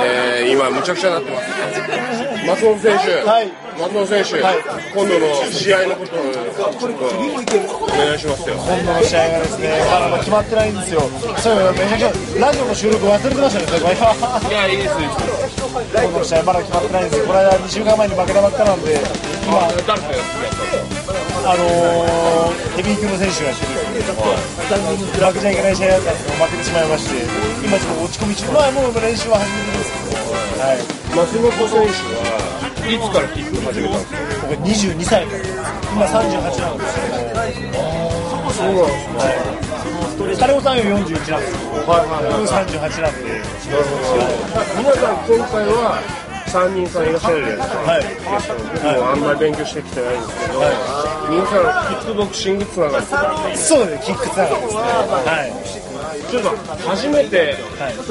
えー、今、むちゃくちゃなってます。松本選手、はい松本選手、今度の試合のことをちょっとお願いしますよ。今度の試合がですね、まだまだ決まってないんですよ。そういえば、めちゃくちゃラジオの収録忘れてましたね、それこいれや、いいですよ。今度の試合まだ決まってないんですよ。この間2週間前に負けたばっかなんで、今、あ誰とやってのー、ヘビー級の選手がやってるんですけど、負けちゃいけない試合だったんですけど、負けてしまいまして、今ちょっと落ち込み中、まあもう練習は始めてるんですけど、はい、松本選手は、いつからキック始めたんですか僕は22歳から、今38なんですけど、そうなんですね。金子さんより41なんですけど、僕38なんで、皆さん、今回は3人さんいらっしゃるじゃないですか。はい、もうあんまり勉強してきてないんですけど、皆さん、キックボクシングつながりとか、そうですね、キックつながりですね。はいちょっと初めて、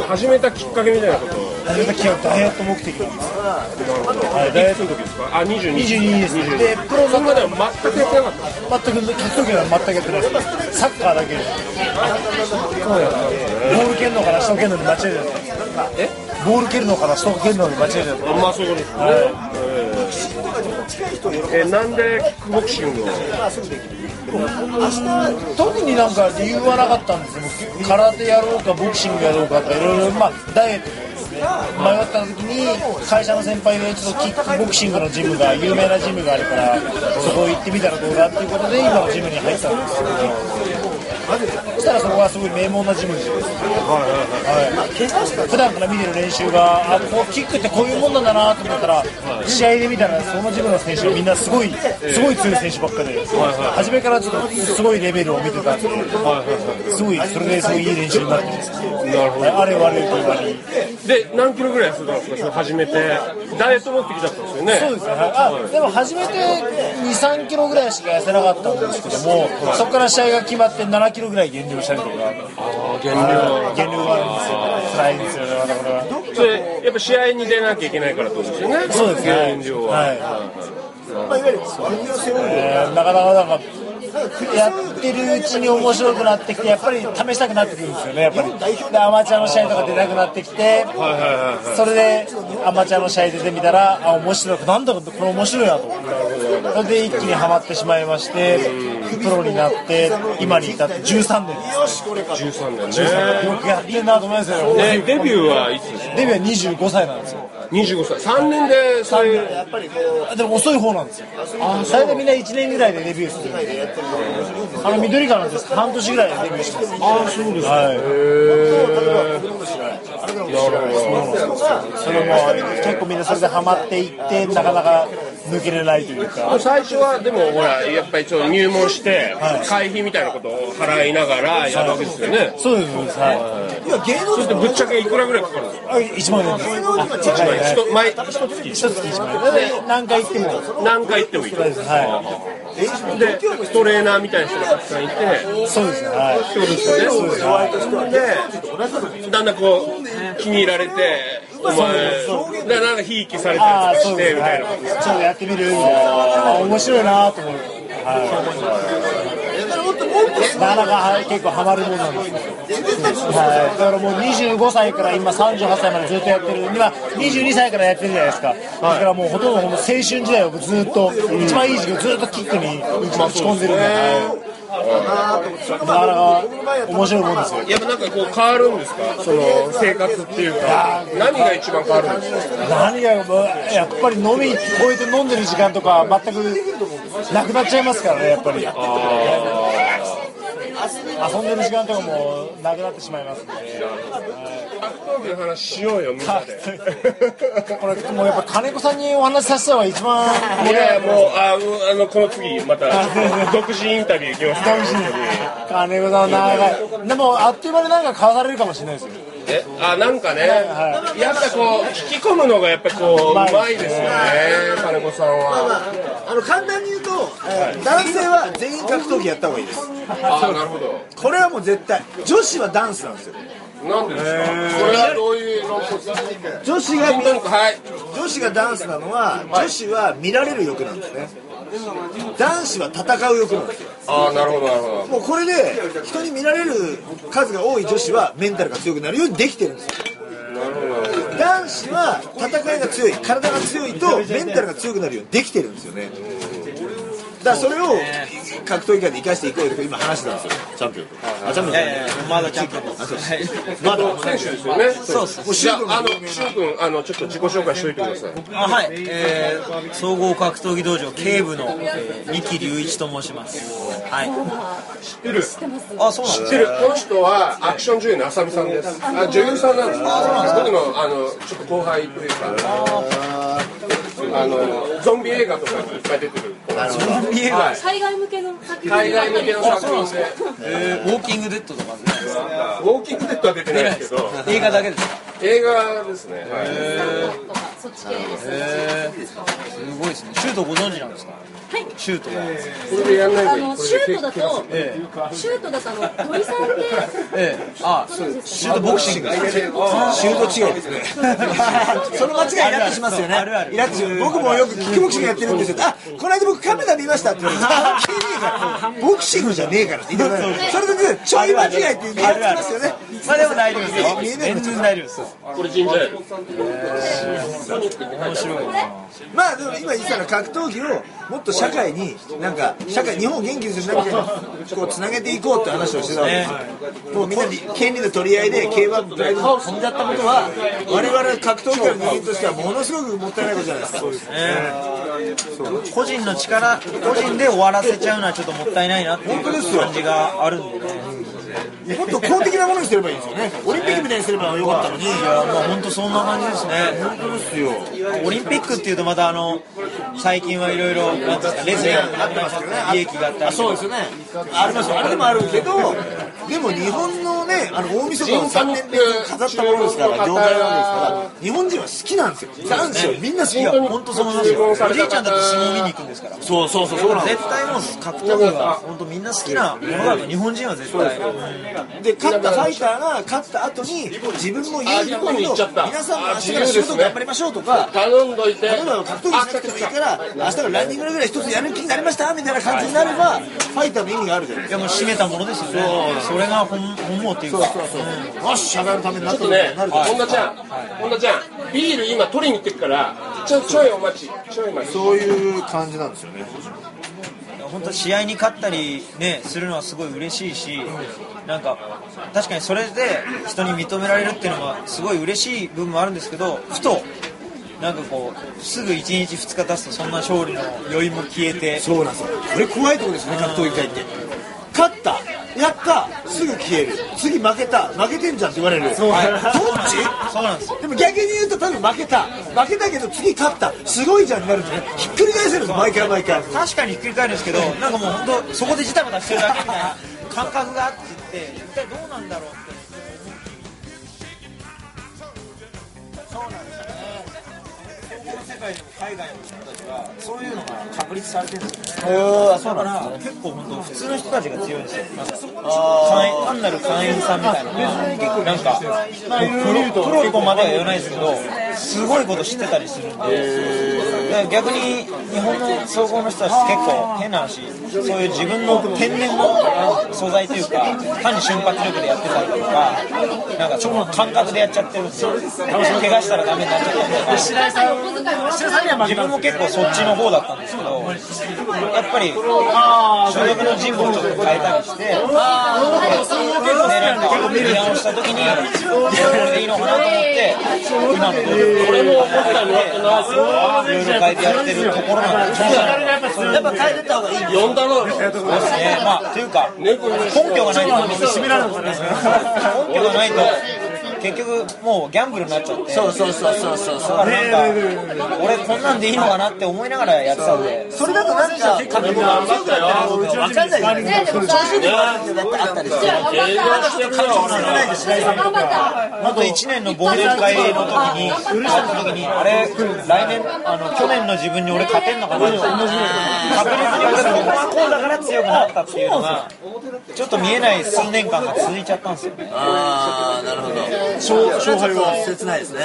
始めたきっかけみたいなことを、始めた期はダイエット目的なんですよ。はい、ダイエいッつの時ですかあ、22。 22です22でプロのそんなでも全くやってなかった。ト全く格闘技は全くやってないです。サッカーだけです。そうやなボール蹴るのから人蹴るのに間違えるじゃないですか。え？ボール蹴るのから人蹴るのに間違えるじゃないですか。まあそういうことですね。えーえーなんでキックボクシングを特になんか理由はなかったんですよ。空手やろうかボクシングやろうかとかいろいろまあダイエットとかですね。迷った時に会社の先輩が一度キックボクシングのジムが有名なジムがあるからそこ行ってみたらどうだっていうことで今のジムに入ったんですよ。そしたらそこはすごい名門なジムです。はい、普段から見てる練習があこうキックってこういうもんなんだなと思ったら試合で見たらそのジムの選手がみんなすごいすごい強い選手ばっかで初めからちょっとすごいレベルを見てたんですごいそれですごいいい練習になってますはいあれ悪いと言われで何キロぐらい痩せたんですかそれ始めてダイエット持ってきちゃったんですよねそうですね、はいあでも初めて2、3キロぐらいしか痩せなかったんですけども、そこから試合が決まって7キロぐらい減量したりとか、減量減量があるんですよ、辛いんですよね、まだこれは。それやっぱ試合に出なきゃいけないからってことですよねそうですね。減量は、い。えーなかなかなんか。やってるうちに面白くなってきて、やっぱり試したくなってくるんですよね、やっぱり。で、アマチュアの試合とか出なくなってきて、それでアマチュアの試合出てみたら、あ、面白い、なんだろう、これ面白いなと思って、それで一気にハマってしまいまして、プロになって、今に至って13年13です、年ねよくやってんなと思いますよ、でデビューはいつですかデビューは25歳なんですよ。 25歳3年でそういうでも遅い方なんですよ。大体みんな1年ぐらいでデビューするんで。あの緑川なんです半年ぐらいでデビューしてます。ああ、そうですはい。それも結構みんなそれでハマっていって、なかなか抜けれないというか。最初はでもほらやっぱりちょっと入門して会費みたいなことを払いながらやるわけですよねそうです、そうです。はそしてぶっちゃけいくらぐらいかかるんですかい。1万円です。一はいはい枚一枚一月1万円。で、何回行っても。何回行ってもいいそうです、はでトレーナーみたいな人がたくさんいてい。そうですね、はい。ってことですよね。で、だんだんこう、気に入られて、お前、だなんかひいきされあたあ、りとそかしうでて、すみね、たはいいな。。ちょっとやってみるみたいな。あ面白いなと思って。はい。なかなかはい結構ハマるもんなんですね。はい。だからもう25歳から今38歳までずっとやってる。今22歳からやってるじゃないですか。だからもうほとんどほんと青春時代をずっと、一番いい時期をずっとキックに打ち込んでるんで。はいなかなか面白いもんですよ。やっぱなんかこう変わるんですかその生活っていうか何が一番変わるんですか何がもうやっぱり飲み超えて飲んでる時間とか全くなくなっちゃいますからねやっぱり遊んでる時間とかもなくなってしまいますんで格闘技の話しようよみんなでこれもうやっぱ金子さんにお話しさせた方が一番いやいやもうあうんあのこの次また独自インタビュー行きますから金子さん長いでもあっという間になんか買わされるかもしれないですよえあなんかねはやっぱこう聞き込むのがやっぱこううまいですよね金子さんはあの簡単に言うと、男性は全員格闘技やった方がいいですあなるほどこれはもう絶対女子はダンスなんですよなんでですかこれはどういう論法ですか女子がはい女子がダンスなのは女子は見られる欲なんですね男子は戦う欲なんですよああなるほどなるほどもうこれで人に見られる数が多い女子はメンタルが強くなるようにできてるんですよ男男子は戦いが強い体が強いとメンタルが強くなるようにできてるんですよねだからそれを格闘技界で生かしていこうと今話してたんですよチャンピオンとあチャンピオンいじゃやないいや、まだチャンピオンです。はいま選だ手ですよね。そうっすもうじゃあ、あの、しゅう君、あの、ちょっと自己紹介しといてください。あはい、えー、総合格闘技道場警部のえー二木隆一と申します。はい。知ってる。あ、そうなんで知っすてる。この人はアクション女優のあさみさんです。あ、女優さんなんです。僕の、あの、ちょっと後輩というか。あの、ゾンビ映画とかにいっぱい出てる。か。見えない。海外向けの作品海外向けのあ作品で。えーウォーキングデッドとかね。ウォーキングデッドは出てないですけど、映画だけですか。映画ですね。はいとかそっち系ですねすごいですね。シュートご存知なんですか。はいシュートが。これでやんないあ方がいのい。こシュれーでトだとシュートだとあの鳥さんってええあ、そうです。シュートボクシング。シュート違いですね。その間違いイラッとしますよねあるあるイラッとします僕もよくキックボクシングやってるんですよあこの間僕カメラ見ましたって言われて関係ねえからボクシングじゃねえからって言ってそれでねちょい間違いってイラッとしますよねまあでも大丈夫ですよ。見えない全然大丈夫です。これ神社やる。まあでも今言ってたのは格闘技をもっと社会になんか社会日本を元気にするなみたいなこうつなげていこうって話をしてたわけですよもうみんなに権利の取り合いで競馬だいぶ飛んじゃったことは我々格闘技の人間としてはものすごくもったいないことじゃないですか個人の力、個人で終わらせちゃうのはちょっともったいないなっていう感じがあるんでね。もっと公的なものにすればいいんですよねオリンピックみたいにすればよかったのにいやまあ本当そんな感じですね。本当ですよ。オリンピックっていうとまたあの最近はいろいろなんですかレスリングがあったりとか利益があったりとか。そうですよねありますよあれでもあるけどでも日本のねあの大晦日を3年連続飾ったものですから業界なんですから日本人は好きなんですよ男子はみんな好きだいやから本当そう思いますよ。おじいちゃんだって相撲見に行くんですから。そうそうそうそうなんです絶対もう格闘技は本当みんな好きなものだから日本人は絶対。で勝ったファイターが勝った後に自分も言うあリコに行っちゃった皆さんも明日から仕事頑張りましょうとか頼んどいて。例えば格闘技しなくてもいいから明日からランニングぐらい一つやる気になりましたみたいな感じになればファイターの意味があるじゃないいやもう締めたものですよね。それが本本望っていうか。ですかよし社会のためになったちょっとね、本田ちゃん、本田ちゃん、ビール今取りに行ってくから、ちょ、ちょいお待ち、ちょい待ち。そういう感じなんですよね本当試合に勝ったり、ね、するのはすごい嬉しいし、なんか確かにそれで人に認められるっていうのはすごい嬉しい部分もあるんですけど、ふと、なんかこう、すぐ1日、2日経つと、そんな勝利の余韻も消えて、そうなんですよこれ怖いとこですね格闘技界って勝ったやったすぐ消える次負けた負けてんじゃんって言われるそうはいどっちそうなんですよ、でも逆に言うと多分負けた負けたけど次勝ったすごいじゃんになるんでねひっくり返せるんです毎回毎回確かにひっくり返るんですけど、なんかもう本当、そこでジタバタしてるだけみたいな感覚があってって、一体どうなんだろうって。そういうのが確立されてるんですよ、ね、だから結構本当普通の人たちが強いんですよなんか会員単なる会員さんみたいなのがなんかプロプロとまでは言わないですけどすごいこと知ってたりするんでだから逆に日本の総合の人たちって結構変な話そういう自分の天然の素材というか単に瞬発力でやってたりとかなんかその感覚でやっちゃってるんですよ怪我したらダメになっちゃったりとか白井さんお小遣いもらってない自分も結構そっちの方だったんですけど、やっぱり所属の人物をちょっと変えたりして、結構ね、なんか見直した時に、これでいいのかなと思って、今のこれも思ったのいろいろ変えてやってるところなんですけど、やっぱ変えてった方がいいんです呼んだろう。そうですね、まあ、というか、根拠がないと、根拠がないと、結局、もうギャンブルになっちゃって、そうそうそうそうそう、だからなんか、俺、こんなんでいいのかなって思いながらやってたんで、それだとなんか結構分かんないじゃないですかねでもさ頑張ったあと1年の忘年会の時に、あの時にあれ、来年あの、去年の自分に俺、勝てんのかなって、確実に俺、ここはこうだから強くなったっていうのが、ちょっと見えない数年間が続いちゃったんですよね。ああなるほど勝勝敗は切ないですね。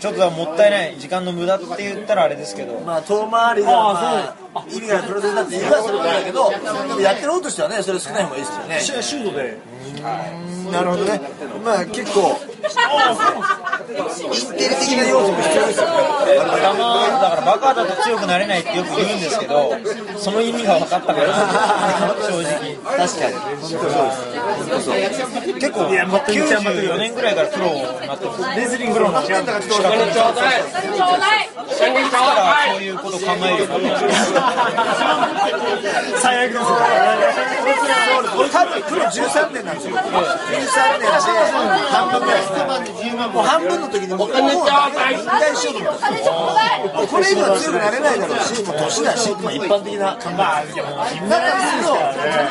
ちょっとだからもったいない時間の無駄って言ったらあれですけどまあ遠回りが、まあ、意味がないプロセスだって言うはそれなんだけど、でもやってる方としてはね、それ少ない方がいいですよね。シュートでなるほどね。まあ結構インテリ的な要素も必要ですよ。頭だからバカだと強くなれないってよく言うんですけどその意味が分かったから正直確かに。結構94年ぐらいからプロになってますレスリングプロの資格資格を取っちょうだいたらそういうことを考えるようになった最悪ですよ俺多分プロ13年なんですよ。13年で半分ぐらいですね。もう半分の時にもうもう引退しようと思ったんですよ。もうこれ以上は強くなれないだろうし、もう年だし、まあ一般的な考え。だからすると、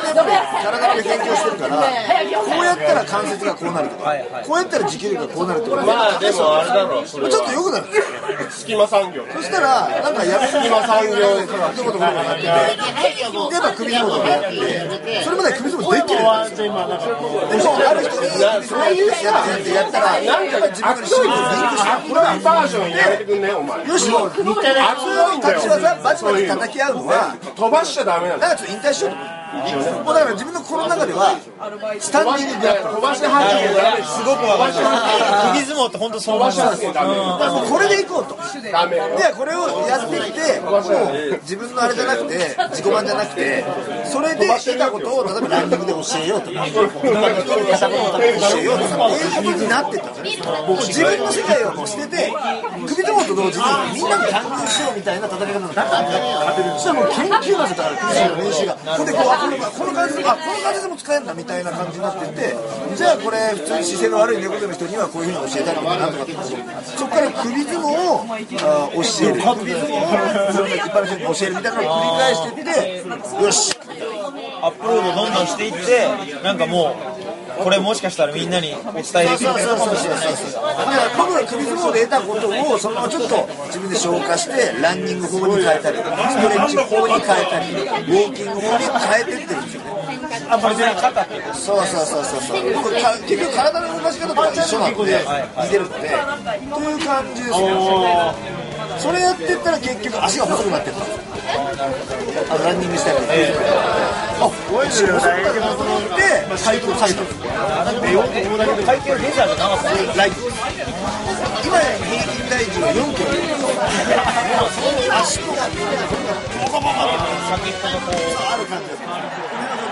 体の勉強してるから、こうやったら関節がこうなるとか、こうやったら持久力がこうなるとか、あでもあれだろうそれちょっと良くなる。隙間産業そしたら、なんかやめ隙間産業で、どことかなってて、やっぱ首相撲とかやってて、それまで首相撲できるんですよ。でも、ある人に、そういうやつやってやったら、なんか自分の仕事にリンクして、熱いバージョンやめてくんねお前よし、もう、熱立いんだよち技、バチバチ叩き合うのは、飛ばしちゃダメなんだなんかちょっと引退しようと思う。もうだから自分の心の中では、スタンディンググラップ飛ばしてハンドダメすごく分かる釘相撲って本当そう思いますダメだからもうこれでいこうと。ダメでこれをやってきて、もう自分のあれじゃなくて、自己満じゃなくて、それで得たことを例えばランニングで教えようとか、片方のために教えようとかっていうことになってったんですよもう自分の世界をもう捨てて、首相撲と同時にみんなに勧誘しようみたいな戦い方になったんですよ。そしたらもう研究がだから、首相撲の練習が、これでこうあこれこの感じでもあこの感じでも使えるんだみたいな感じになってって、じゃあこれ普通に姿勢の悪い猫背の人にはこういうふうに教えたりとかなんとかって話そこから首相撲をあー教える。首相撲をそれ一般の人に教えるみたいなのを繰り返してって、よし。アップロードどんどんしていってなんかもうこれもしかしたらみんなにお伝えできるそうそうそうそうそうだから僕ら首相撲で得たことをそのままちょっと自分で消化してランニング法に変えたりストレッチ法に変えたりウォーキング法に変えてってるんですよねあこれじゃなかったってことそうそうそうそうそう僕か結局体の動かし方とか一緒なんで似てるのでという感じですねそれやってったら結局足が細くなってったんですよあのランニングしたりとか、あ、おいしい細くなったなと思って最高最高階級レザーじゃなかったライト今や平均体重は4キロ 足とかボコボコボコボコボコボコボコボコある感じです